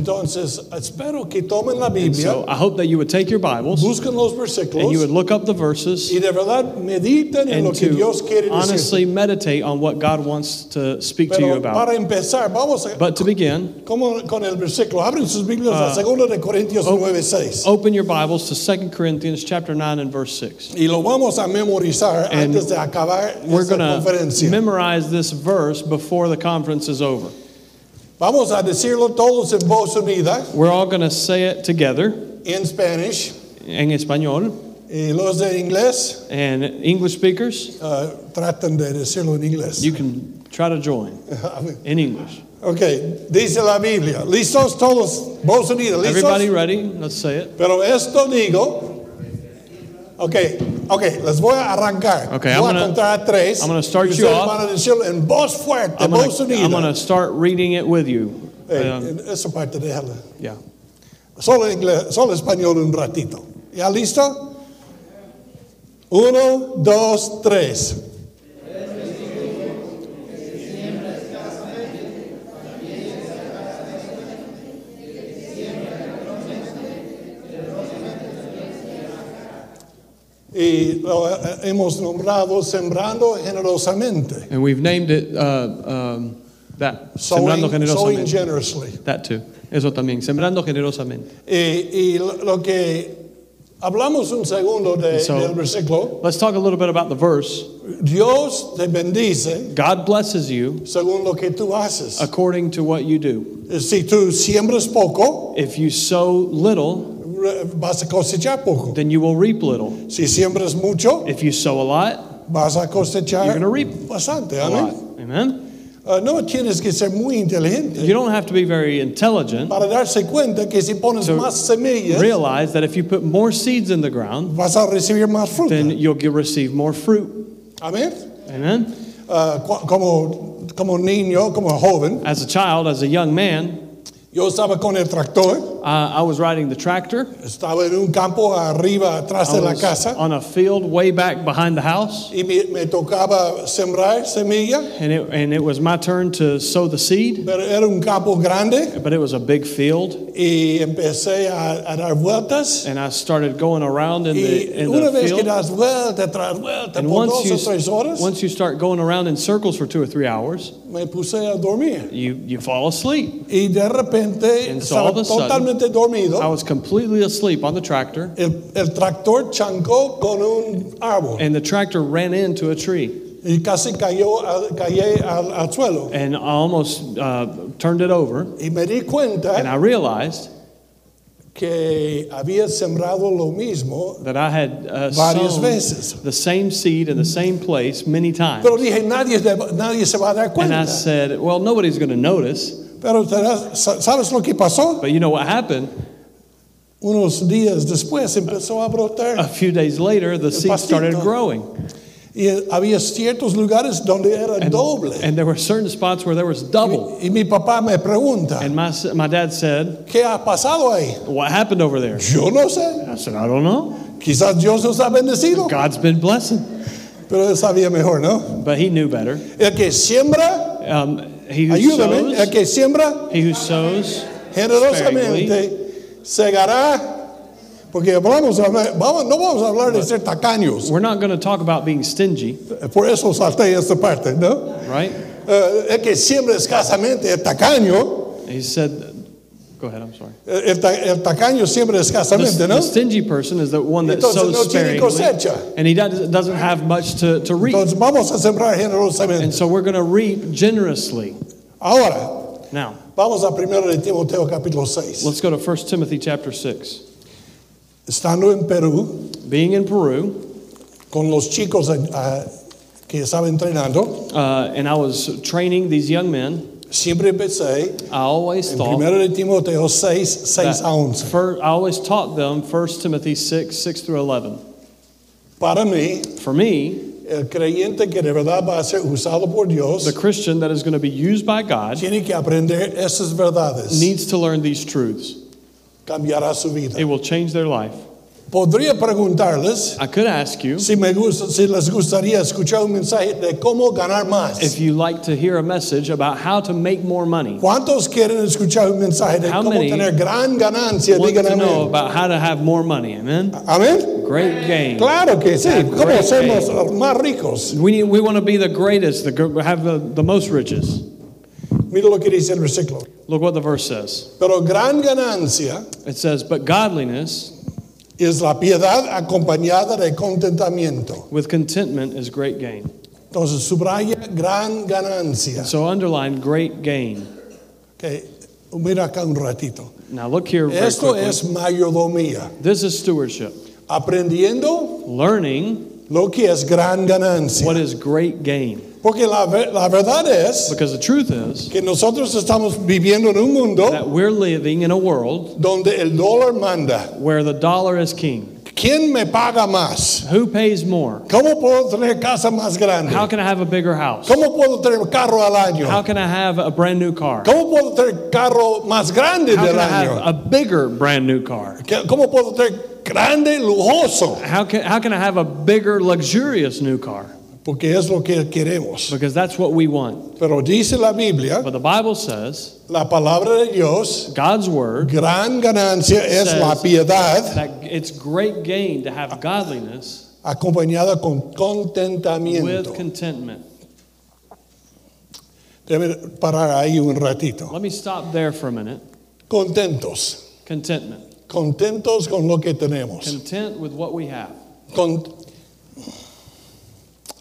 Entonces, espero que tomen la Biblia, So I hope that you would take your Bibles busquen los and you would versículos look up the verses y de verdad mediten en lo and que Dios to quiere decir. honestly meditate on what God wants to speak to you Pero about. para empezar, vamos a, But Ah. to begin, como- con el versículo. Abren sus Biblias a 2 de Corintios Oh. 9, 6. open your Bibles to 2 Corinthians chapter 9 and verse 6. Y lo vamos a memorizar And antes de acabar We're esta going to conferencia. memorize this verse before the conference is over. Vamos a decirlo todos en voz unida, We're all going to say it together en Spanish. en español, Y los de inglés, and English speakers, ah, traten de decirlo en inglés. you can try to join in English. ok, dice la Biblia. Listos todos, voz unida, listos. Everybody ready? Let's say it. Pero esto digo. Ok, ok, les voy a arrancar. Okay, I'm voy a gonna- contar tres. I'm gonna start Y you ustedes off. van a decirlo en voz fuerte, I'm voz unida. going to start reading it with you. Eh, Um, esa parte déjala. yeah. Solo, inglés, solo español un ratito. ¿Ya listo? Uno, dos, tres. Y lo eh, hemos nombrado sembrando generosamente. And we've named it uh, um, that. Sembrando Sowing, sowing generosamente. generously. That too. Eso también. Sembrando generosamente. Y, y lo lo que hablamos un segundo de- So- del versículo, Let's talk a little bit about the verse. Dios te bendice God blesses you según lo que tú haces. Eh, according to what you do. Si tú siembras poco, If you sow little, re- vas a cosechar poco. then you will reap little. Si siembras mucho, If you sow a lot, vas a Eh. you're cosechar going to reap bastante. a lot. amén. Amen? Ah, no tienes que ser muy inteligente You don't have to be very intelligent. para darse cuenta que si pones So, más semillas, Realize that if you put more seeds in the ground, vas a recibir más fruta. then you'll get, receive more fruit. Amén. Amen? Ah, cu- como, como niño, como joven, As a child, as a young man, yo estaba con el tractor. I, I was riding the tractor. Estaba en un campo arriba, atrás I de la was casa, on a field way back behind the house, y me, me tocaba sembrar semilla, and it, and it was my turn to sow the seed, pero era un campo grande, but it was a big field, y empecé a, a dar vueltas. and I started going around in Y the, in una the vez que field. das vuelta tras vuelta And por once dos you, o tres horas, once you start going around in circles for two or three hours, me puse a dormir. you, you fall asleep. Y de repente And so estaba all of a sudden, totalmente dormido. I was completely asleep on the tractor, el, el tractor chancó con un árbol and the tractor ran into a tree, y casi cayó, al- caí al, al suelo. and I almost uh, turned it over. Y me di cuenta And I realized que había sembrado lo mismo that I had uh, Varias sown veces. the same seed in the same place many times. Pero dije, nadie, de- nadie se va a dar And I cuenta. said, Well, nobody's going to notice. Pero te das- sa- ¿sabes lo que pasó? But you know what happened? Unos días después empezó a A brotar few days later, the seed started pastito. growing. y había ciertos lugares donde era doble. And there were certain spots where there was double. Y mi papá me pregunta, And my, s- my dad said, ¿qué ha pasado ahí? What happened over there? Yo no sé. I said, I don't know. Quizás Dios nos ha bendecido, God's been blessing. pero él sabía mejor, ¿no? But he knew better. El que siembra, Um, he who ayúdame, el sows, que siembra he who sows, generosamente segará. Porque hablamos, vamos, no vamos a hablar de ser tacaños. we're not going to talk about being stingy, Por eso salté esta parte, ¿no? right? Eh, el que siembra escasamente el tacaño, He said, Go ahead, I'm sorry. eh, el, ta- el tacaño siembra The, escasamente, ¿no? the stingy person is the one that Entonces sows no tiene sparingly, cosecha. and he does, doesn't have much to, to reap. Entonces vamos a sembrar And generosamente. so we're going to reap generously. Ahora, Now, vamos a primero de Timoteo capítulo 6. let's go to 1 Timothy chapter 6. Estando en Perú, Being in Peru, con los chicos eh, ah, que estaba entrenando, uh, and I was training these young men, siempre empecé I always en thought primero de Timoteo 6, 6 a 11. that fir- I always taught them 1 Timothy 6, 6 through 11. Para mí, For me, el creyente que de verdad va a ser usado por the Dios, Christian that is going to be used by God tiene que aprender esas verdades. needs to learn these truths. Cambiará su vida. Eh, It will change their life. Podría preguntarles I could ask you si, me gusta- si les gustaría escuchar un mensaje de cómo ganar más. if you like to hear a message about how to make more money. ¿Cuántos quieren escuchar un mensaje de How cómo many tener gran ganancia? Want Digan to know amén. about how to have more money. Amen. Amén. Great game. Claro que sí. Have ¿Cómo great somos más ricos? We need, we want to be the greatest, the gr- have the, the most riches. Mira lo que dice el versículo. Look what the verse says. Pero gran ganancia It says, "But godliness es la piedad acompañada de contentamiento. with contentment is great gain." Entonces subraya gran ganancia. So underline great gain. Ok, Mira acá un ratito. Now look here very Esto quickly. es mayordomía. This is stewardship. Aprendiendo Learning lo que es gran ganancia. what is great gain. Porque la, ver- la verdad es Because the truth is que nosotros estamos viviendo en un mundo that we're living in a world donde el dólar manda. where the dollar is king. ¿Quién me paga más? Who pays more? ¿Cómo puedo tener casa más grande? How can I have a bigger house? ¿Cómo puedo tener carro al How año? can I have a brand new car? ¿Cómo puedo tener carro más grande How del can I have año? a bigger brand new car? ¿Qué- ¿Cómo puedo tener grande, lujoso? How can, how can I have a bigger, luxurious new car? Porque es lo que queremos. Because that's what we want. Pero dice la Biblia, But the Bible says, la palabra de Dios, God's word, gran ganancia es Says- la piedad that it's great gain to have godliness acompañada con contentamiento. with contentment. Debe parar ahí un ratito. Let me stop there for a minute. Contentos. Contentment. Contentos con lo que tenemos. Content with what we have. Con-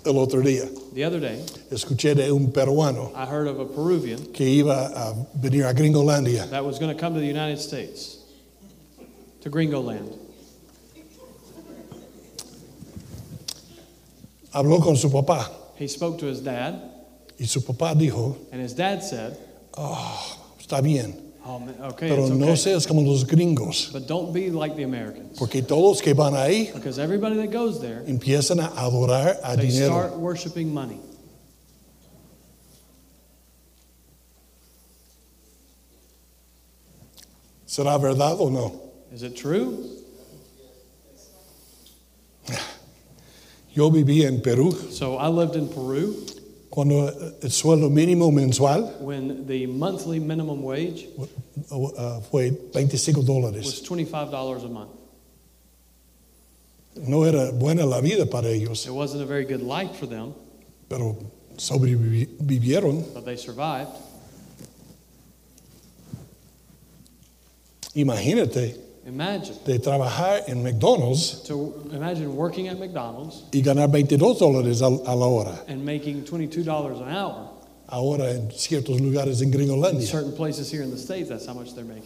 El otro día The other day, escuché de un peruano I heard of a Peruvian que iba a venir a Gringolandia. that was going to come to the United States, to Gringoland. Habló con su papá He spoke to his dad, y su papá dijo, and his dad said, está bien, Oh, man, okay, pero it's no okay. seas como los gringos, But don't be like the Americans. porque todos que van ahí Because everybody that goes there, empiezan a adorar a they dinero. start worshiping money. ¿Será verdad o no? Is it true? Yo viví en Perú So I lived in Peru cuando el sueldo mínimo mensual when the monthly minimum wage uh, fue 25 was dólares. $25 a month. No era buena la vida para ellos, It wasn't a very good life for them, pero sobrevivieron. but they survived. Imagínate Imagine de trabajar en McDonald's to imagine working at McDonald's y ganar 22 dólares al- a la hora. and making $22 an hour. ahora en ciertos lugares en In Gringolandia. certain places here in the states, that's how much they're making.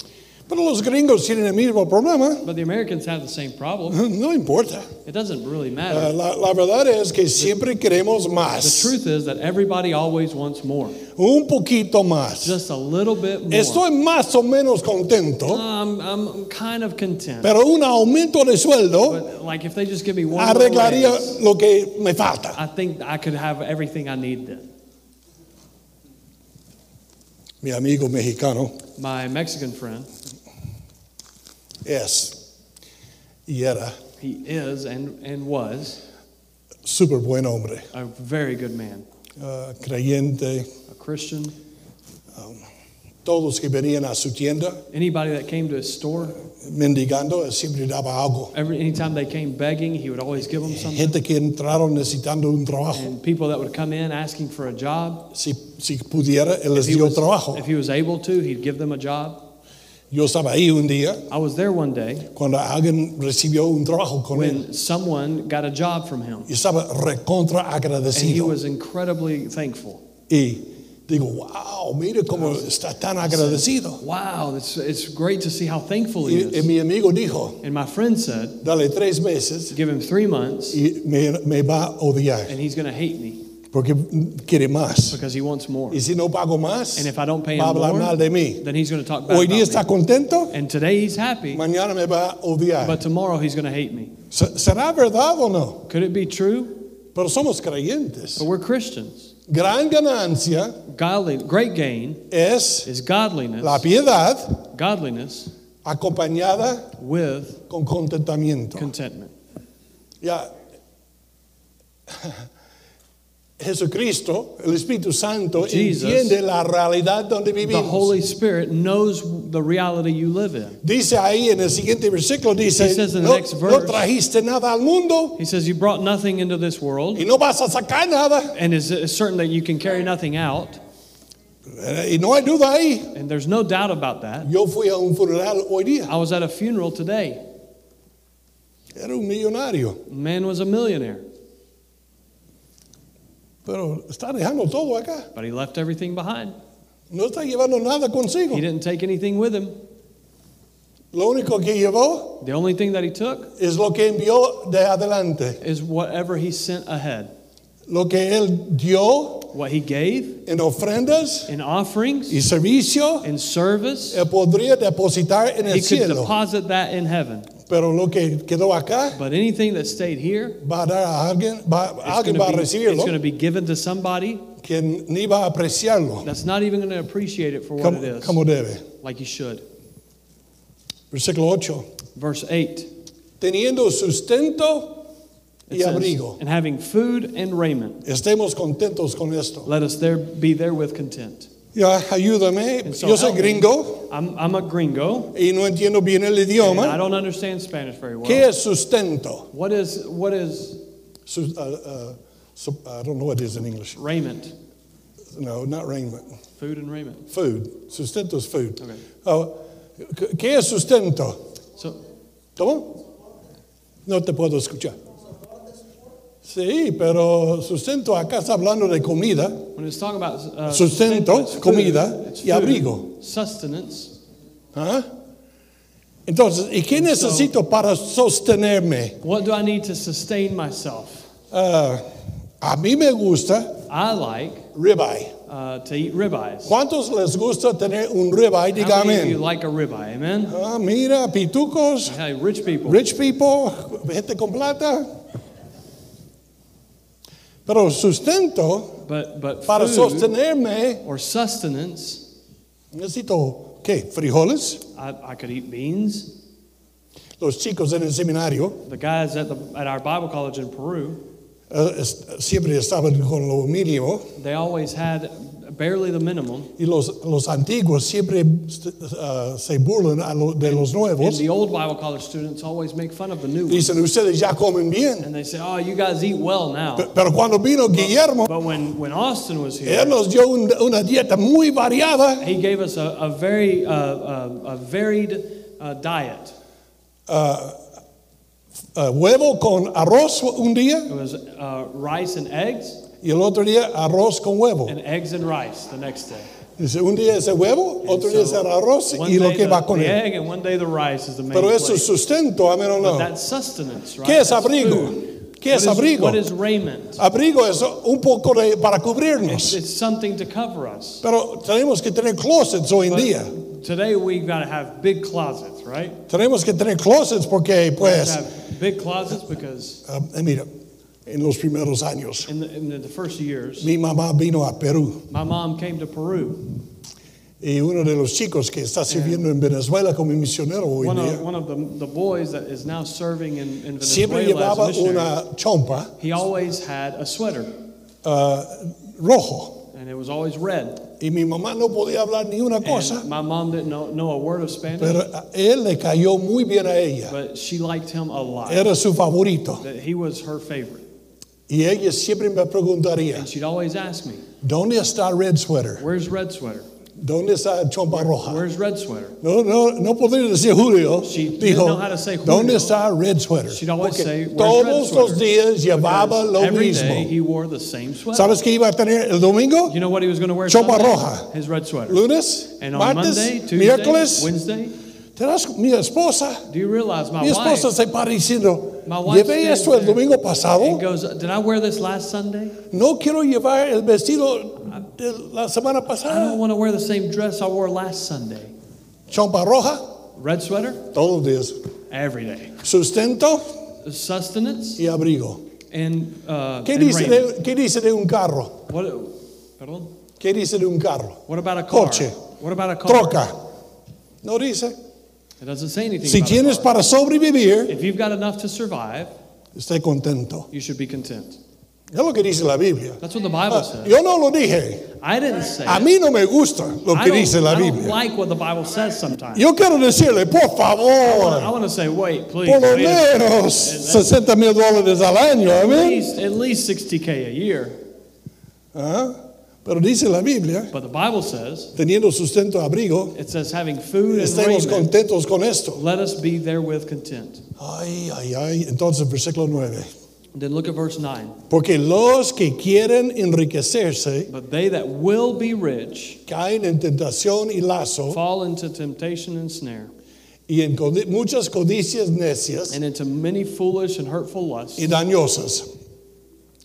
Pero los gringos tienen el mismo problema. But the Americans have the same problem. No importa. It doesn't really Ah, matter. La, la verdad es que siempre queremos The más, truth is that everybody always wants more, un poquito más. just a little bit more. Estoy más o menos contento, Um, I'm kind of content. pero un aumento de sueldo But like if they just give me one more arreglaría raise, lo que me falta. I think I could have everything I need then. Mi amigo mexicano My Mexican friend, es y era he is and, and was súper buen hombre, a very good man, ah, creyente. a Christian. Todos que venían a su tienda Anybody that came to his store, mendigando, él siempre daba algo. every anytime they came begging, he would always give them something. gente que entraron necesitando un trabajo. And people that would come in asking for a job, Si, si pudiera, él les if he, dio was, trabajo. if he was able to, he'd give them a job. Yo estaba ahí un día I was there one day cuando alguien recibió un trabajo con él. when someone got a job from him, Y estaba recontra and he agradecido. was incredibly thankful. y digo, wow, mire cómo está tan agradecido. Wow, it's, it's great to see how thankful he Y, y is. mi amigo dijo, And my friend said, dale tres meses Give him three months y me, me va a odiar and he's going to hate me porque quiere más. because he wants more. Y si no pago más, And if I don't pay va a him hablar more, mal de mí. then he's going to talk bad Hoy about día está me. contento, And today he's happy, mañana me va a odiar. but tomorrow he's going to hate me. ¿Se- ¿Será verdad o no? Could it be true? Pero somos creyentes. But we're Christians. Gran ganancia Godly, great gain es is la godliness, piedad godliness acompañada with con contentamiento. contentment. Ya. Jesucristo, el Espíritu Santo, Jesus, entiende la realidad donde The vivimos. Holy Spirit knows the reality you live in. dice ahí en el siguiente versículo, dice, He says in the no, next no verse- trajiste nada al mundo He says, You brought nothing into this world, y no vas a sacar nada. and it's- it's certain that you can carry nothing out. Eh, Y no hay duda ahí. And there's no doubt about that. Yo fui a un funeral hoy día. I was at a funeral today. Era un millonario, The man was a millionaire, pero está dejando todo acá. but he left everything behind. No está llevando nada consigo. He didn't take anything with him. Lo único que llevó The only thing that he took es lo que envió de adelante. is whatever he sent ahead. Lo que él dio What he gave en ofrendas in offerings, y servicio, in service, él podría depositar en he el could cielo. deposit that in heaven. Pero lo que quedó acá But anything that stayed here, va a dar a alguien, va, it's alguien va a gonna be- it's recibirlo going to be given to somebody que ni va a apreciarlo that's not even going to appreciate it for what como, it is, como debe. like you should. Versículo 8. Verse 8. Teniendo sustento it y says, abrigo, And having food and raiment, estemos contentos con esto. let us there be therewith content. Ya, ayúdame. And so Yo soy help me. gringo I'm, I'm a gringo. y no entiendo bien el and I idioma. don't understand Spanish very well. ¿Qué es sustento? What is what is Sus- uh, uh, sup- I don't know what it is in English. raiment? No, not raiment. Food and raiment. Food. Sustento es food. Okay. Oh, ¿Qué es sustento? So ¿Cómo? No te puedo escuchar. Sí, pero sustento acá está hablando de comida. when it's talking about uh, Sustento, it's food, comida it's y abrigo. sustenance. ¿Ah? Entonces, ¿y qué necesito para sostenerme? What do I need to sustain myself? Ah, a mí me gusta I like ribeye. uh, to eat ribeyes. ¿Cuántos les gusta tener un ribeye? How many of you Dígame. like a ribeye? Amen. Ah, mira, pitucos, Hey, rich people. rich people, gente con plata. Pero sustento But but para food sostenerme or sustenance, necesito, ¿qué? Frijoles. I, I could eat beans. Los chicos en el seminario The guys at the at our Bible college in Peru, eh, es- siempre estaban con lo mínimo. they always had barely the minimum. Y los, los antiguos siempre uh, se burlan a lo- de los And nuevos. the old Bible college students always make fun of the new ones. Dicen, ustedes ya comen bien. And they say, oh, you guys eat Pe- well now. Pero cuando vino Guillermo, But when, when Austin was here, él nos dio un- una dieta muy variada. he gave us a, a very uh, uh, a varied uh, diet. Uh, huevo con arroz un día It was uh, rice and eggs, y el otro día arroz con huevo. and eggs and rice the next day. Dice, un día ese huevo, otro día es el arroz One y lo day que the, va con the él. egg and one day the rice is the main Pero eso es plate. sustento, a menos But no. that's sustenance, right? ¿Qué es That's abrigo? food. ¿Qué es What is- abrigo? Ah. What is raiment? Abrigo es un poco de- para cubrirnos. It's something to cover us. Pero tenemos que tener closets hoy en But día. today we've got to have big closets, right? Tenemos que tener closets porque, pues, have big closets because ah, mira, en los primeros años, in the, in the first years, mi mamá vino a Perú my mom came to Peru. y uno de los chicos que está sirviendo en Venezuela como misionero hoy en One of, día, one of the, the boys that is now serving in, in siempre Venezuela as a llevaba missionary, una chompa he always had a sweater ah, rojo and it was always red. y mi mamá no podía hablar ni una cosa, And my mom didn't know, know a word of Spanish, pero a él le cayó muy bien a ella. but she liked him a lot. Era su favorito. That he was her favorite. Y ella siempre me preguntaría, And she'd always ask me, ¿dónde está Red Sweater? Where's red sweater? ¿Dónde está chompa roja? Where's red sweater? No, no, no podría decir Julio. She didn't dijo, know how to say Julio. ¿dónde está Red Sweater? She'd always Porque say, "Where's todos Red los Sweater?" días llevaba lo Every mismo. day he wore the same sweater. ¿Sabes qué iba a tener el domingo? You know what he was going to wear? Chompa Sunday? roja. His red sweater. Lunes, And on martes, Monday, Tuesday, miércoles. Wednesday, ¿Te das cu- mi esposa? do you realize my Mi wife esposa se para diciendo, My wife llevé stands esto el there domingo pasado. and goes, "Did I wear this last Sunday? No quiero llevar el vestido de la semana I don't pasada. want to wear the same dress I wore last Sunday. Chompa roja, Red sweater todos los días. every day. Sustento Sustenance y abrigo. and uh, ¿Qué and dice, Eh, raiment. de, qué dice de un carro? What? Perdón. ¿Qué dice de un carro? What about a car? Coche. What about a car? Troca. No dice. It doesn't say anything Si about tienes abroad. para sobrevivir, If you've got enough to survive, esté contento. you should be content. Es lo que dice la Biblia. That's what the Bible Ah, says. Yo no lo dije. I didn't say A it. mí no me gusta lo I que don't, dice la I don't Biblia. like what the Bible says sometimes. Yo quiero decirle, por I favor, want to say, wait, please, por lo wait a- menos ¿eh? 60 mil dólares al año, at amén. least at least 60k a year. Ah, Pero dice la Biblia, But the Bible says teniendo sustento, abrigo, it says having food and estemos raiment. contentos con esto. Let us be therewith content. Ay, ay, ay. Entonces, versículo 9. Then look at verse nine. Porque los que quieren enriquecerse But they that will be rich caen en tentación y lazo fall into temptation and snare, y en codi- muchas codicias necias and into many foolish and hurtful lusts, y dañosas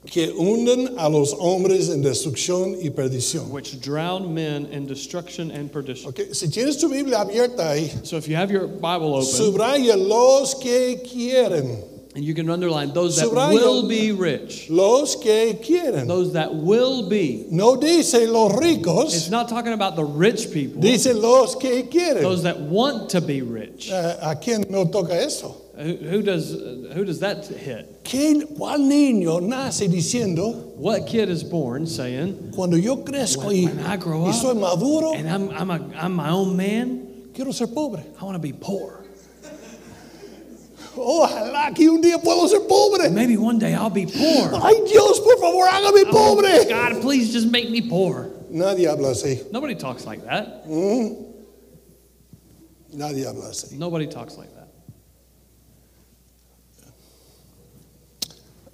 que hunden a los hombres en destrucción y perdición. which drown men in destruction and perdition. Ok, Si tienes tu Biblia abierta ahí, So if you have your Bible open, subraya los que quieren, and you can underline those that Subraya. will be rich, los que quieren. those that will be. No dice los ricos, It's not talking about the rich people, dice los que quieren. those that want to be rich. Eh, ¿A quién no toca eso? Who, who does who does that hit? ¿Quién, ¿Cuál niño nace diciendo, What kid is born saying, cuando yo crezco y, When I grow y up soy maduro, and I'm I'm a I'm my own man. quiero ser pobre? I want to be poor. Ojalá que un día puedo ser pobre. Maybe one day I'll be poor. Ay Dios, por favor, hágame pobre. Oh, God, please just make me poor. Nadie habla así, Nobody talks like that. nadie habla así. Nobody talks like that.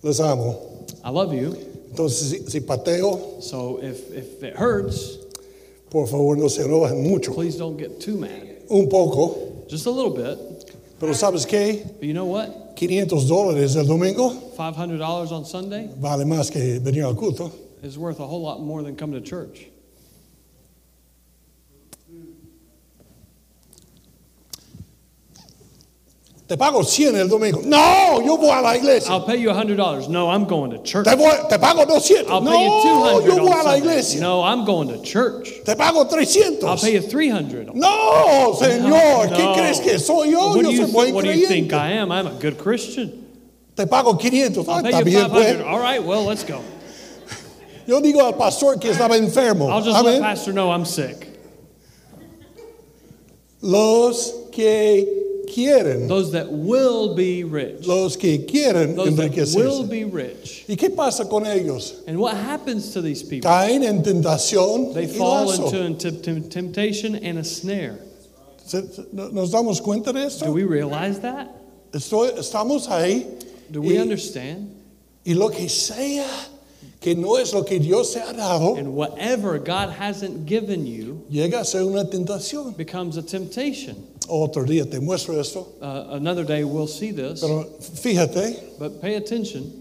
Les amo. I love you. Entonces, si, si pateo, So if if it hurts, por favor no se enojen mucho. please don't get too mad. Un poco. Just a little bit. Pero ¿sabes qué? But you know what? 500 dólares el domingo Five hundred dollars on Sunday vale más que venir al culto. is worth a whole lot more than coming to church. Te pago 100 el domingo. No, yo voy a la iglesia. I'll pay you hundred dollars. No, I'm going to church. Te, voy- te pago 200. I'll no, pay you 200 yo voy on a la Sunday. iglesia. No, I'm going to church. Te pago 300. I'll pay you 300. No, señor, ¿qué No. crees que soy yo? what yo do you, soy buen what do you think creyente. I am? I'm a good Christian. Te pago 500. Ah, I'll está pay you bien, 500. pues. All right, well, let's go. Yo digo al pastor que estaba enfermo. I'll just let Amén. pastor know I'm sick. Los que quieren, Those that will be rich. los que quieren Those that will enriquecerse. be rich. ¿Y qué pasa con ellos? And what happens to these people? Caen en tentación They y fall lazo. into temp- temp- temptation and a snare. ¿Se- se- no- ¿Nos damos cuenta de Do esto? we realize that? Estoy- estamos ahí Do we Y- understand? y lo que sea que no es lo que Dios te ha dado, And whatever God hasn't given you llega a ser una tentación. becomes a temptation. Otro día te muestro esto, Uh, another day we'll see this, pero fíjate, but pay attention.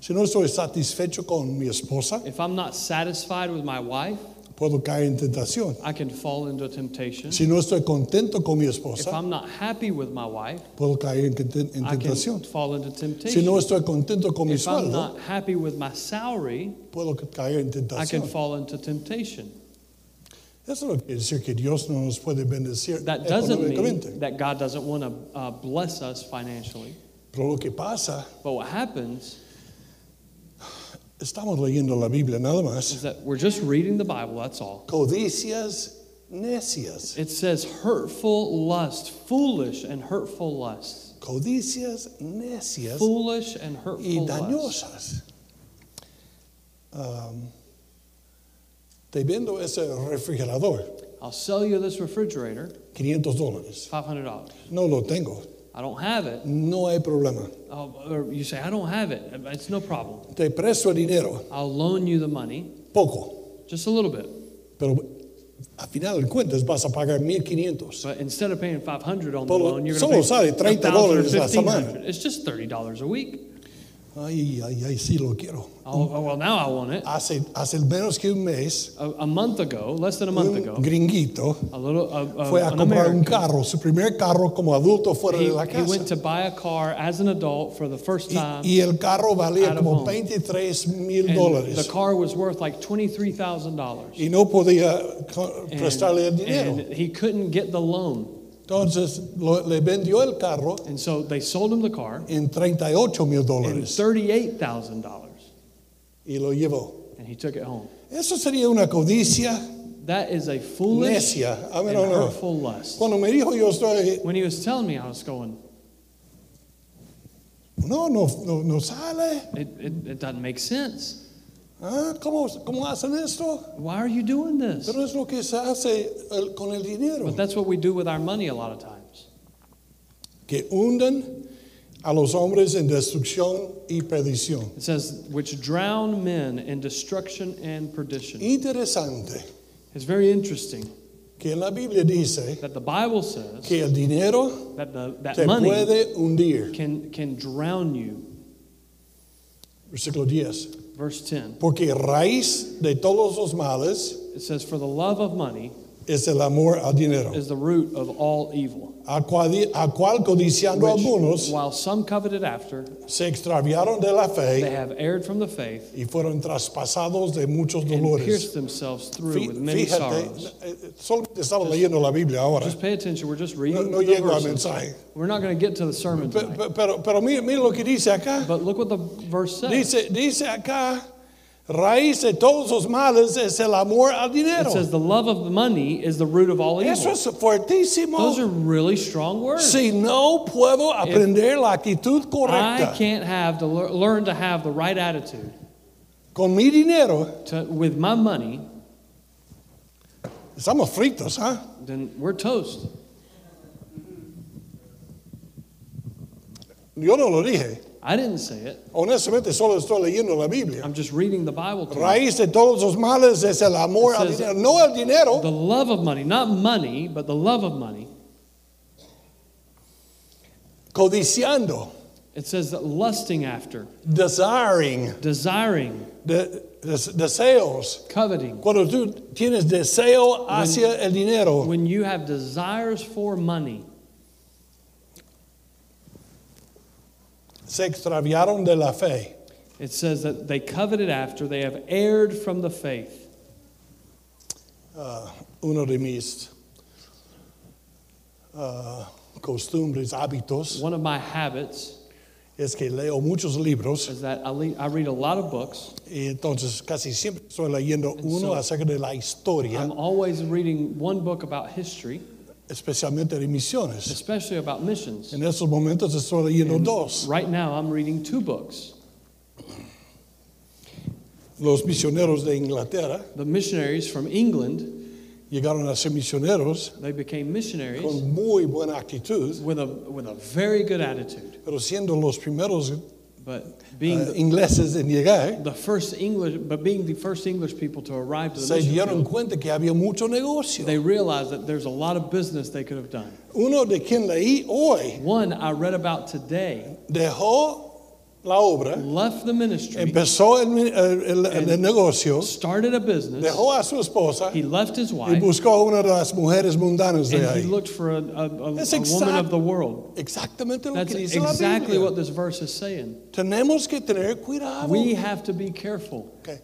si no estoy satisfecho con mi esposa, If I'm not satisfied with my wife, puedo caer en tentación. I can fall into temptation. Si no estoy contento con mi If esposa, I'm not happy with my wife, puedo caer en, tenten- en I can tentación. fall into Si temptation. no estoy contento con mi If I'm sueldo, not happy with my salary, puedo caer en I can tentación. fall into temptation. Eso no quiere decir que Dios no nos puede bendecir That doesn't económicamente. mean that God doesn't want to uh, bless us financially. Pero lo que pasa, But what happens estamos leyendo la Biblia nada más. is that we're just reading the Bible, that's all. Codicias necias. It says hurtful lust, foolish and hurtful lust. Codicias necias Foolish and y hurtful lust. dañosas. Um, te vendo ese refrigerador, I'll sell you this refrigerator, 500 dólares. $500. No lo tengo, I don't have it. no hay problema. Oh, or you say, I don't have it. It's no problem. Te presto el dinero, I'll loan you the money, poco, just a little bit. pero al final de cuentas vas a pagar 1500. But instead of paying 500 on the Solo- loan, you're solo going to sale pay $30 $1,000 or la semana. $1,500. It's just $30 a week. Ay, ay, ay, sí lo quiero. Oh, oh, well, now I want it. Hace, hace menos que un mes, A, a month ago, less than a month un ago, gringuito a little, a, a, fue a an comprar un American, carro, su primer carro como adulto fuera he, de la he went casa. to buy a car as an adult for the first time. Y, y el carro valía out of como home. 23 mil and the dólares. car was worth like $23,000. Y no podía co- And- prestarle el dinero. And he couldn't get the loan. Entonces lo- le vendió el carro And so they sold him the car en 38 mil and dólares $38,000 y lo llevó. and he took it home. Eso sería una codicia That is a foolish necia. I and mean, no, no. hurtful lust. Cuando me dijo yo estoy, When he was telling me, I was going, no, no, no, no sale. it, it, it doesn't make sense. Ah, ¿Cómo, ¿Cómo hacen esto? Why are you doing this? Pero es lo que se hace el- con el dinero. But that's what we do with our money a lot of times. Que hunden a los hombres en destrucción y perdición. It says, which drown men in destruction and perdition. Interesante It's very interesting que en la Biblia dice that the Bible says que el dinero that the, that te money puede hundir. can, can drown you. Versículo 10. Verse 10. Porque raíz de todos los males It says, For the love of money es el amor al dinero, is the root of all evil, al cual, al cual codiciando which, algunos while some coveted after, se extraviaron de la they fe have erred from the faith y fueron traspasados de muchos and dolores. pierced themselves through Fí- with many Fíjate, sorrows. eh, eh, solamente estaba leyendo la Biblia ahora, Just pay attention. We're just no, reading no the llego al verses. mensaje. We're not going to get to the sermon Pe- tonight. pe- Pero, pero mire, mire lo que dice acá. But look what the verse says. Dice, dice acá, raíz de todos los males es el amor al It dinero. says, The love of money is the root of all Eso evil. es fuertísimo. Those are really strong words. Si no puedo aprender la actitud I correcta can't have to lear- learn to have the right attitude con mi dinero, to, with my money, estamos fritos, ¿ah? then we're toast. Yo no lo dije. I didn't say it. Honestamente, solo estoy leyendo la Biblia. I'm just reading the Bible to you. Raíz de todos los males es el amor It al says- dinero. No el dinero, The love of money, not money, but the love of money. codiciando, It says that lusting after, desiring, desiring, de- des- deseos. coveting. Cuando tú tienes deseo hacia el dinero, When you have desires for money, se extraviaron de la fe. it says that they coveted after, they have erred from the faith. Ah, uno de mis ah, costumbres, hábitos, One of my habits es que leo muchos libros is that I, le- I read a lot of books. y entonces casi siempre estoy leyendo uno so- acerca de la historia, I'm always reading one book about history, especialmente de misiones. especially about missions. En esos momentos estoy leyendo dos, Right now, I'm reading two books los misioneros de Inglaterra The Missionaries from England. llegaron a ser misioneros They became missionaries con muy buena actitud, with a, with a very good attitude. pero siendo los primeros But ah, being the, ingleses en llegar, the first English, but being the first English people to arrive to the se mission dieron field, cuenta que había mucho negocio. they realized that there's a lot of business they could have done. Uno de quien leí hoy One I read about today dejó la obra, left the ministry, empezó el, mi- el- el- el And- negocio, started a business. dejó a su esposa He left his y wife, buscó a una de las mujeres mundanas de and he ahí. looked for a, a, a- That's a woman exact- of the world. Exactamente lo That's que dice la exactly Biblia. what this verse is saying. Tenemos que tener cuidado. We have to be careful. Ok,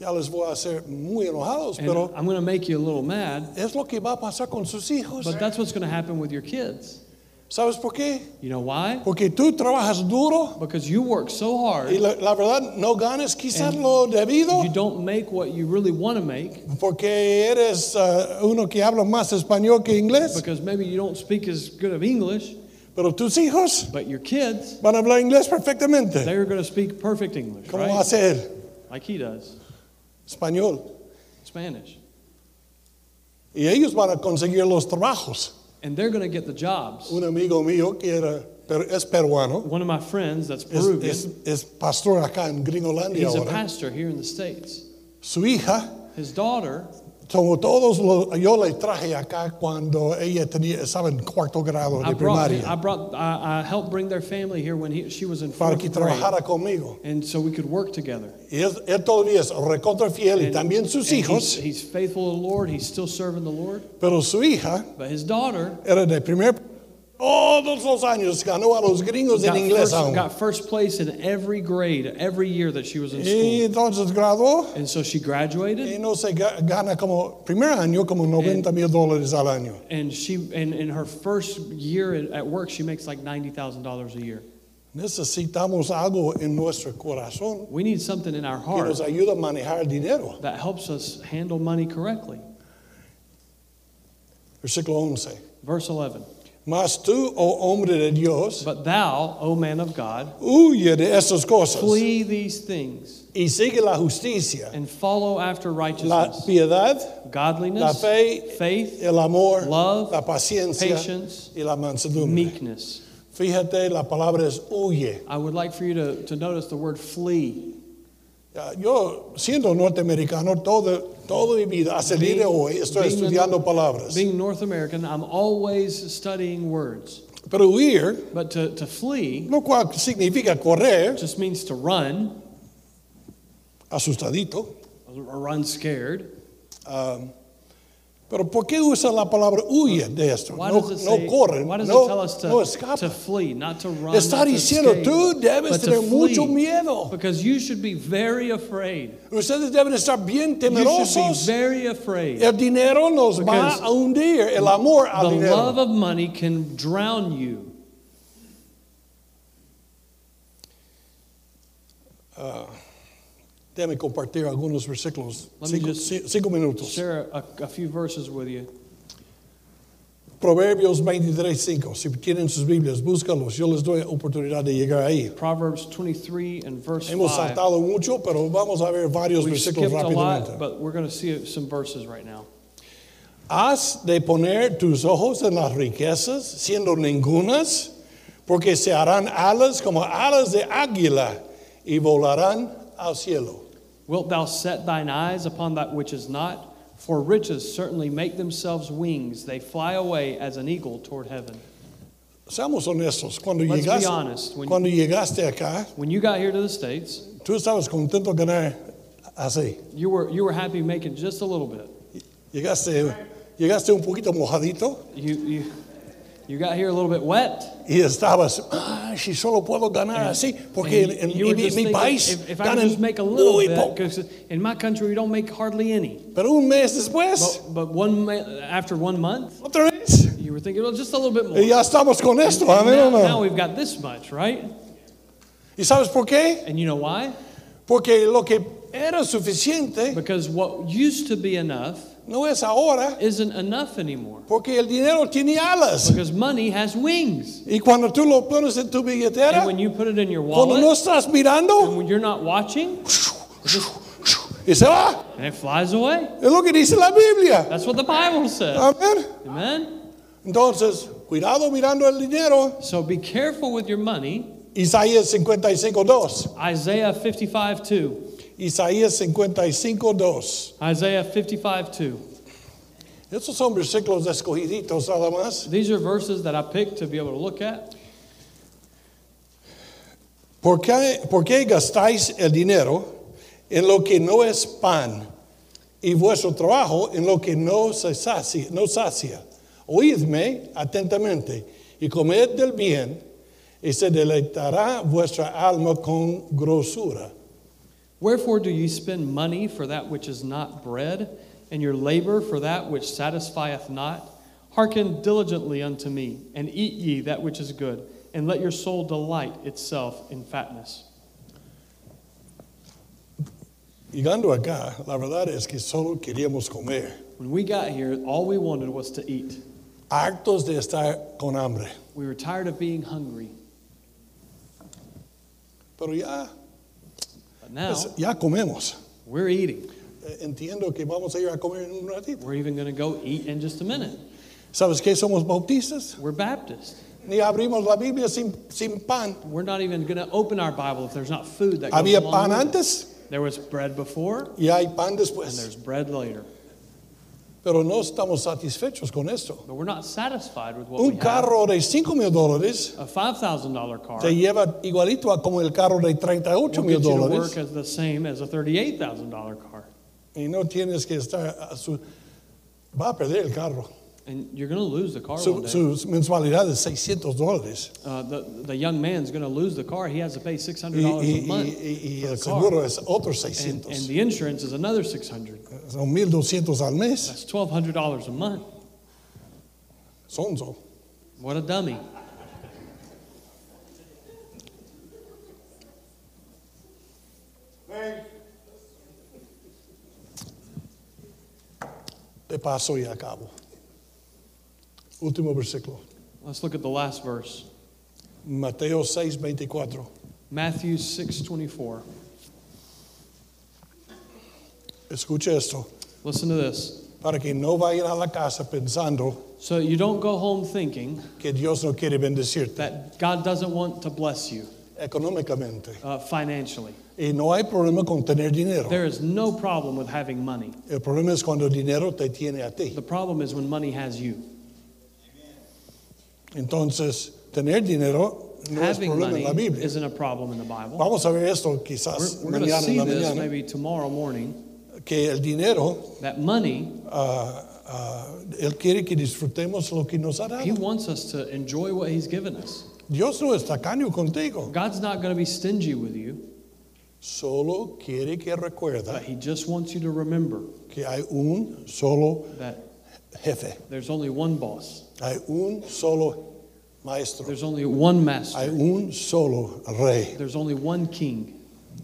Ya les voy a hacer muy enojados, And pero I'm going to make you a little mad, es lo que va a pasar con sus hijos. but that's what's going to happen with your kids. ¿Sabes por qué? You know why? Porque tú trabajas duro Because you work so y hard, la, la verdad no ganas quizás And lo debido you don't make what you really want to make. porque eres ah, uno que habla más español que inglés. because maybe you don't speak as good of English, Pero tus hijos but your kids, van a hablar inglés perfectamente. they're going to speak perfect English, ¿Cómo va a right? ser? Like he does, Español. Spanish. Y ellos van a conseguir los trabajos. And they're going to get the jobs. Un amigo mío que era, pero es peruano, One of my friends that's es, Peruvian, es- es pastor acá en Gringolandia he's a ahora. pastor here in the States. Su hija, His daughter, como todos, los, yo le traje acá cuando ella tenía, estaba en cuarto grado I de brought, I primaria, brought, I, I helped bring their family here when he, she was in para fourth que grade. trabajara conmigo. And so we could work together. Y él, él todavía es recontra fiel y And- también sus and he's, hijos, he's faithful to the Lord. He's still serving the Lord. pero su hija But his daughter era de primer Todos los años ganó a los gringos en inglés first, aún. got first place in every grade, every year that she was in Y school. entonces graduó And so she y graduated, no se ga- gana como primer año como 90 mil dólares al año. and she and in her first year at- at work, she makes like ninety thousand dollars a year. Necesitamos algo en nuestro corazón We need something in our que heart nos ayude a manejar el dinero. that helps us handle money correctly. Versículo 11. Verse eleven. Mas tú, oh hombre de Dios, But thou, O man of God, huye de esas cosas flee these things y sigue la justicia, and follow after la righteousness, piedad, la godliness, fe, faith, el amor, love, la paciencia patience, y la mansedumbre. meekness. Fíjate, la palabra es huye. I would like for you to, to notice the word flee. Ah, Yo, siendo norteamericano, todo, toda mi vida, hasta el día de hoy, estoy Being a- estudiando palabras. Being North American, I'm always studying words. Pero huir, But to, to flee lo cual significa correr, just means to run, asustadito. or run scared. Ah, pero ¿por qué usa la palabra huye de esto? Why No, does it no say, corre, why no, does it tell us to, no to escapa. flee, not to run, Está not to diciendo, escape, tú debes but to tener mucho flee, miedo. Because you should be very afraid. Ustedes deben estar bien You should be temerosos. very afraid. El dinero nos va Because a hundir, el amor the al love dinero. of money can drown you. Déjame compartir algunos versículos, Let me cinco, just ci- cinco minutos. Share a, a few verses with you. Proverbios 23, 5. Si tienen sus Biblias, búscalos. Yo les doy oportunidad de llegar ahí. Proverbs 23 and verse Hemos 5. saltado mucho, pero vamos a ver varios We've versículos skipped a rápidamente. lot, but we're going to see some verses right now. Has de poner tus ojos en las riquezas, siendo ningunas, porque se harán alas como alas de águila y volarán al cielo. Wilt thou set thine eyes upon that which is not? For riches certainly make themselves wings. They fly away as an eagle toward heaven. Seamos honestos, cuando Let's be llegaste, honest. When- cuando llegaste acá, When you got here to the States, tú estabas contento de ganar así. you were, you were happy making just a little bit. Llegaste, llegaste un poquito mojadito You, you, you got here a little bit wet. y estabas, ah, si solo puedo ganar así, porque and en, en you were mi, just mi thinking, país if, if I could ganan just make a little muy bit, poco. 'cause in my country, we don't make hardly any. Pero un mes después, But, but one ma- after one month, otra vez, you were thinking, well, just a little bit more. y ya estamos con esto, And amén o now, no? now we've got this much, right? ¿Y sabes por qué? And you know why? Porque lo que era suficiente Because what used to be enough no es ahora, isn't enough anymore. porque el dinero tiene alas. Because money has wings. Y cuando tú lo pones en tu billetera, And when you put it in your cuando no wallet, estás and mirando, when you're not watching, y se va. and it flies away. Es lo que dice la Biblia. That's what the Bible says. Amén. Amen? Entonces, cuidado mirando el dinero. So be careful with your money. Isaías 55, 2. Isaiah 55 2. Isaías 55, 2. Isaiah 55 2. Esos son versículos escogiditos nada más. These are verses that I picked to be able to look at. ¿Por qué, por qué gastáis el dinero en lo que no es pan y vuestro trabajo en lo que no se sacia? No sacia? Oídme atentamente y comed del bien y se deleitará vuestra alma con grosura. Wherefore do ye spend money for that which is not bread, and your labor for that which satisfieth not? Hearken diligently unto me, and eat ye that which is good, and let your soul delight itself in fatness. Llegando acá, la verdad es que solo queríamos comer, When we got here, all we wanted was to eat. hartos de estar con hambre. We were tired of being hungry. Pero ya, But now, pues, ya comemos. we're eating. Eh, Entiendo que vamos a ir a comer en un ratito. We're even going to go eat in just a minute. ¿Sabes qué? Somos bautistas. We're Baptist. Ni abrimos la Biblia sin, sin pan. We're not even going to open our Bible if there's not food that goes Había along pan with it. antes There was bread before, y hay pan and después. there's bread later. Pero no estamos satisfechos con esto. But we're not satisfied with what we Un have. carro de 5 mil dólares A five thousand dollar car te lleva igualito a como el carro de 38 mil will get you to work dólares. as the same as a thirty-eight thousand dollar car, Y no tienes que estar... a su- Va a perder el carro. and you're going to lose the car one Su, day. su mensualidad es 600 dólares. uh, the, the young man's going to lose the car. He has to pay Y, $600 y- a y- y- month. y for el the car. seguro es otros and, 600. and the insurance is another 600 Son 1.200 al mes. That's $1,200 a month. Sonso. What a dummy. Te paso y acabo. Último versículo. Let's look at the last verse. Mateo 6, 24. Matthew 6:24. Escuche esto. Listen to this. Para que no vayan a la casa pensando So you don't go home thinking que Dios no quiere bendecirte that God doesn't want to bless you económicamente. uh, financially. Y no hay problema con tener dinero. There is no problem with having money. El problema es cuando el dinero te tiene a ti. The problem is when money has you. Entonces, tener dinero no es having problema en money la Biblia. isn't a problem in the Bible. Vamos a ver esto We're, quizás we're going to mañana en see la this mañana. maybe tomorrow morning Que el dinero that money, Ah, ah, él quiere que disfrutemos lo que nos ha He dado. wants us to enjoy what He's given us. Dios no es tacaño contigo. God's not going to be stingy with you, Solo quiere que but recuerda He just wants you to remember que hay un solo that jefe, there's only one boss, hay un solo maestro, there's only one hay master, un solo rey. there's only one king,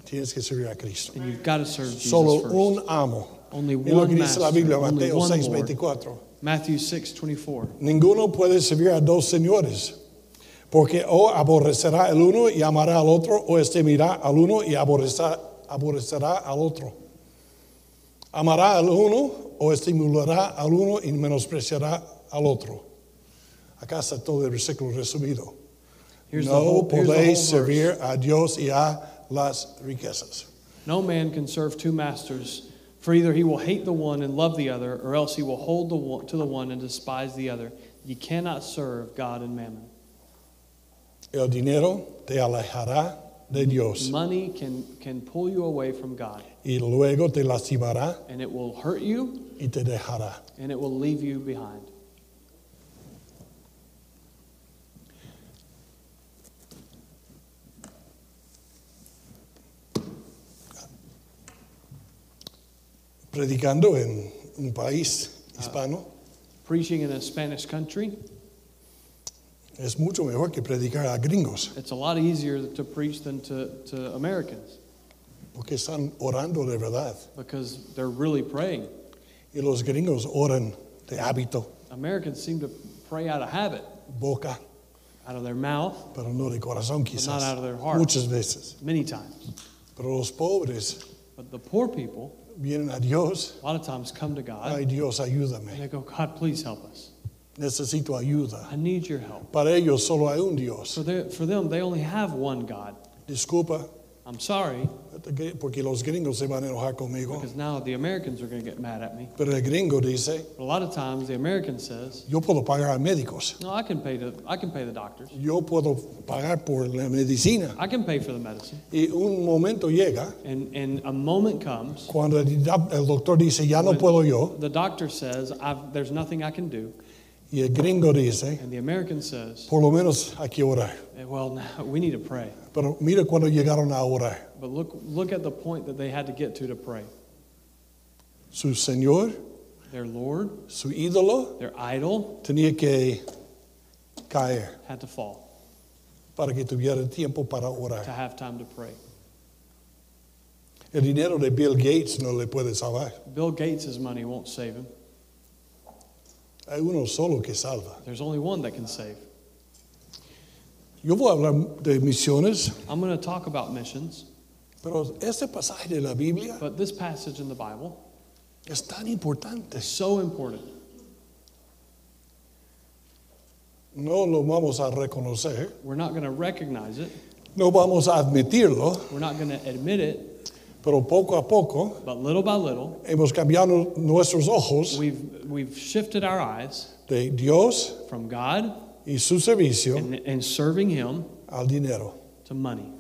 Tienes que servir a Cristo. and you've got to serve Jesus Solo first. un amo. only Y lo que one dice master, la Biblia, only Mateo one 6, Lord. 24. Matthew 6:24. Ninguno puede servir a dos señores, porque o aborrecerá al uno y amará al otro, o estimará al uno y aborrecerá, aborrecerá al otro. Amará al uno o estimulará al uno y menospreciará al otro. Acá está todo el versículo resumido. Here's the no whole, here's the podéis whole verse. servir a Dios y a las riquezas. No man can serve two masters, for either he will hate the one and love the other, or else he will hold the one, to the one and despise the other. You cannot serve God and mammon. El dinero te alejará de Dios Money can, can pull you away from God, y luego te lastimará and it will hurt you, y te dejará. and it will leave you behind. predicando en un país hispano Preaching in a Spanish country, es mucho mejor que predicar a gringos, it's a lot easier to preach than to, to Americans porque están orando de verdad. because they're really praying. Y los gringos oran de hábito, Americans seem to pray out of habit, boca, out of their mouth, pero no de corazón not quizás. out of their heart. Muchas veces. many times. Pero los pobres But the poor people, vienen a Dios, a lot of times come to God ay Dios, and ayúdame, they go, God, please help us. necesito ayuda. I need your help. Para ellos solo hay un Dios. For, their, for them, they only have one God. Disculpa, I'm sorry, porque los gringos se van a enojar conmigo. because now the Americans are going to get mad at me. Pero el gringo dice, But a lot of times, the American says, yo puedo pagar a médicos, No, I can pay the, I can pay the doctors. yo puedo pagar por la medicina. I can pay for the medicine. Y un momento llega And, and a moment comes, cuando el doc- el doctor dice, ya no Bueno. puedo yo, the doctor says, I've, There's nothing I can do. y el gringo dice, And the American says, por lo menos hay que orar. "Eh, Well, now we need to pray. Pero mira cuando llegaron a orar. But look, look at the point that they had to get to to pray. Su señor, Their Lord, su ídolo, their idol, tenía que caer had to fall para que tuviera tiempo para to orar. have time to pray. El dinero de Bill Gates no le puede salvar. Bill Gates' money won't save him. Hay uno solo que salva. There's only one that can save. Yo voy a hablar de misiones, I'm going to talk about missions, pero este pasaje de la Biblia but this passage in the Bible es tan importante. is so important. No lo vamos a reconocer, We're not going to recognize it, no vamos a admitirlo, we're not going to admit it, pero poco a poco but little by little, Hemos cambiado nuestros ojos we've, we've shifted our eyes de Dios from God y su servicio and, and serving Him al dinero. to money.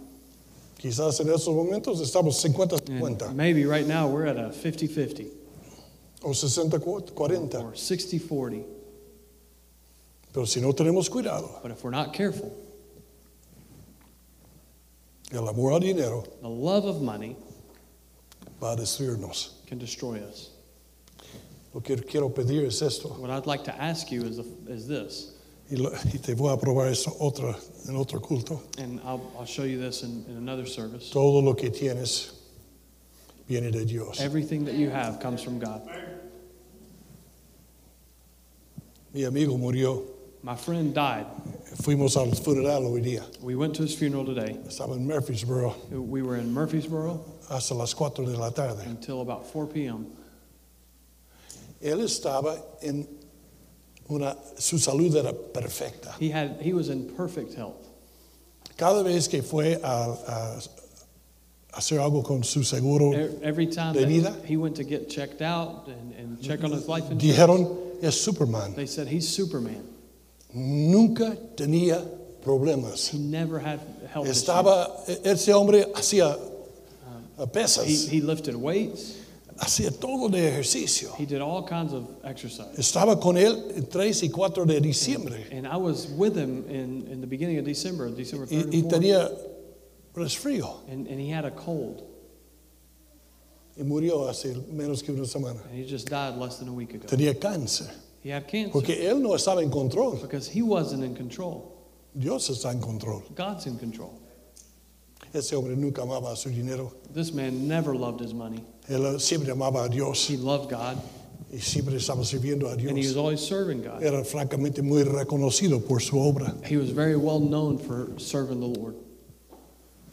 Quizás en estos momentos estamos 50-50 And maybe right now we're at a 50 50 o 60-40. or 60 40. Pero si no tenemos cuidado, But if we're not careful, el amor al dinero the love of money va a destruirnos. can destroy us. Lo que quiero pedir es esto, What I'd like to ask you is, is this, y, lo- y te voy a probar esto otra, en otro culto. and I'll, I'll show you this in, in another service. Todo lo que tienes viene de Dios. Everything that you have comes from God. Mi amigo murió. My friend died. Fuimos al funeral hoy día. We went to his funeral today. Estaba en Murfreesboro We were in Murfreesboro hasta las 4 de la tarde. until about 4 p.m. Él estaba en una... Su salud era perfecta. He had he was in perfect health. Cada vez que fue a, a hacer algo con su seguro, E- Every time De that vida? he went to get checked out and, and check on his Mm-hmm. life insurance, dijeron, es Superman. they said he's Superman. Nunca tenía problemas. He never had health issues. Estaba, ese hombre hacía ah, pesas, He, he lifted weights. hacía todo de ejercicio. He did all kinds of exercise. Estaba con él el 3 y 4 de diciembre And I was with him in, in the beginning of December, December 3rd y, y and, 4th, tenía resfrío and, and he had a cold. y murió hace menos que una semana. And he just died less than a week ago. Tenía cáncer He had cancer porque él no estaba en control. because he wasn't in control. Dios está en control. God's in control. Ese hombre nunca amaba su dinero. This man never loved his money. Él siempre amaba a Dios He loved God y siempre estaba sirviendo a and he was Dios. always serving God. Era francamente muy reconocido por su obra. He was very well known for serving the Lord.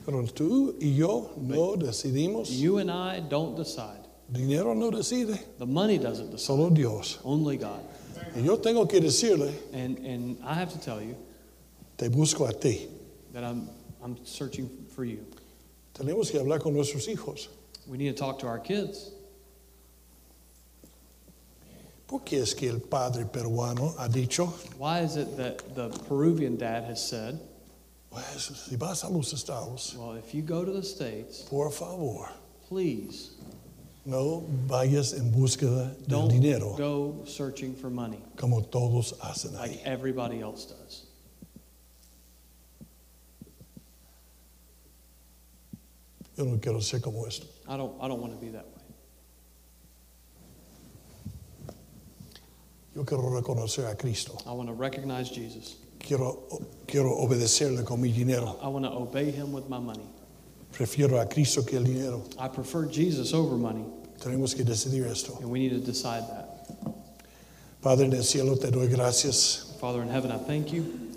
Pero tú y yo no decidimos. You and I don't decide. Dinero no decide, The money doesn't decide. solo Dios. Only God. Y yo tengo que decirle, And and I have to tell you te busco a ti. that I'm I'm searching for you. Tenemos que hablar con nuestros hijos. We need to talk to our kids. ¿Por qué es que el padre peruano ha dicho, Why is it that the Peruvian dad has said, pues si vas a los estados, "Well, if you go to the states, por favor, please no vayas en búsqueda del don't dinero go searching for money como todos hacen like ahí? everybody else does." Yo no quiero ser como esto. I don't I don't want to be that way. Yo quiero reconocer a Cristo. I want to recognize Jesus. Quiero, quiero obedecerle con mi dinero. I want to obey him with my money. Prefiero a Cristo que el dinero. I prefer Jesus over money, Tenemos que decidir esto. and we need to decide that. Padre en el cielo, te doy gracias Father in heaven, I thank you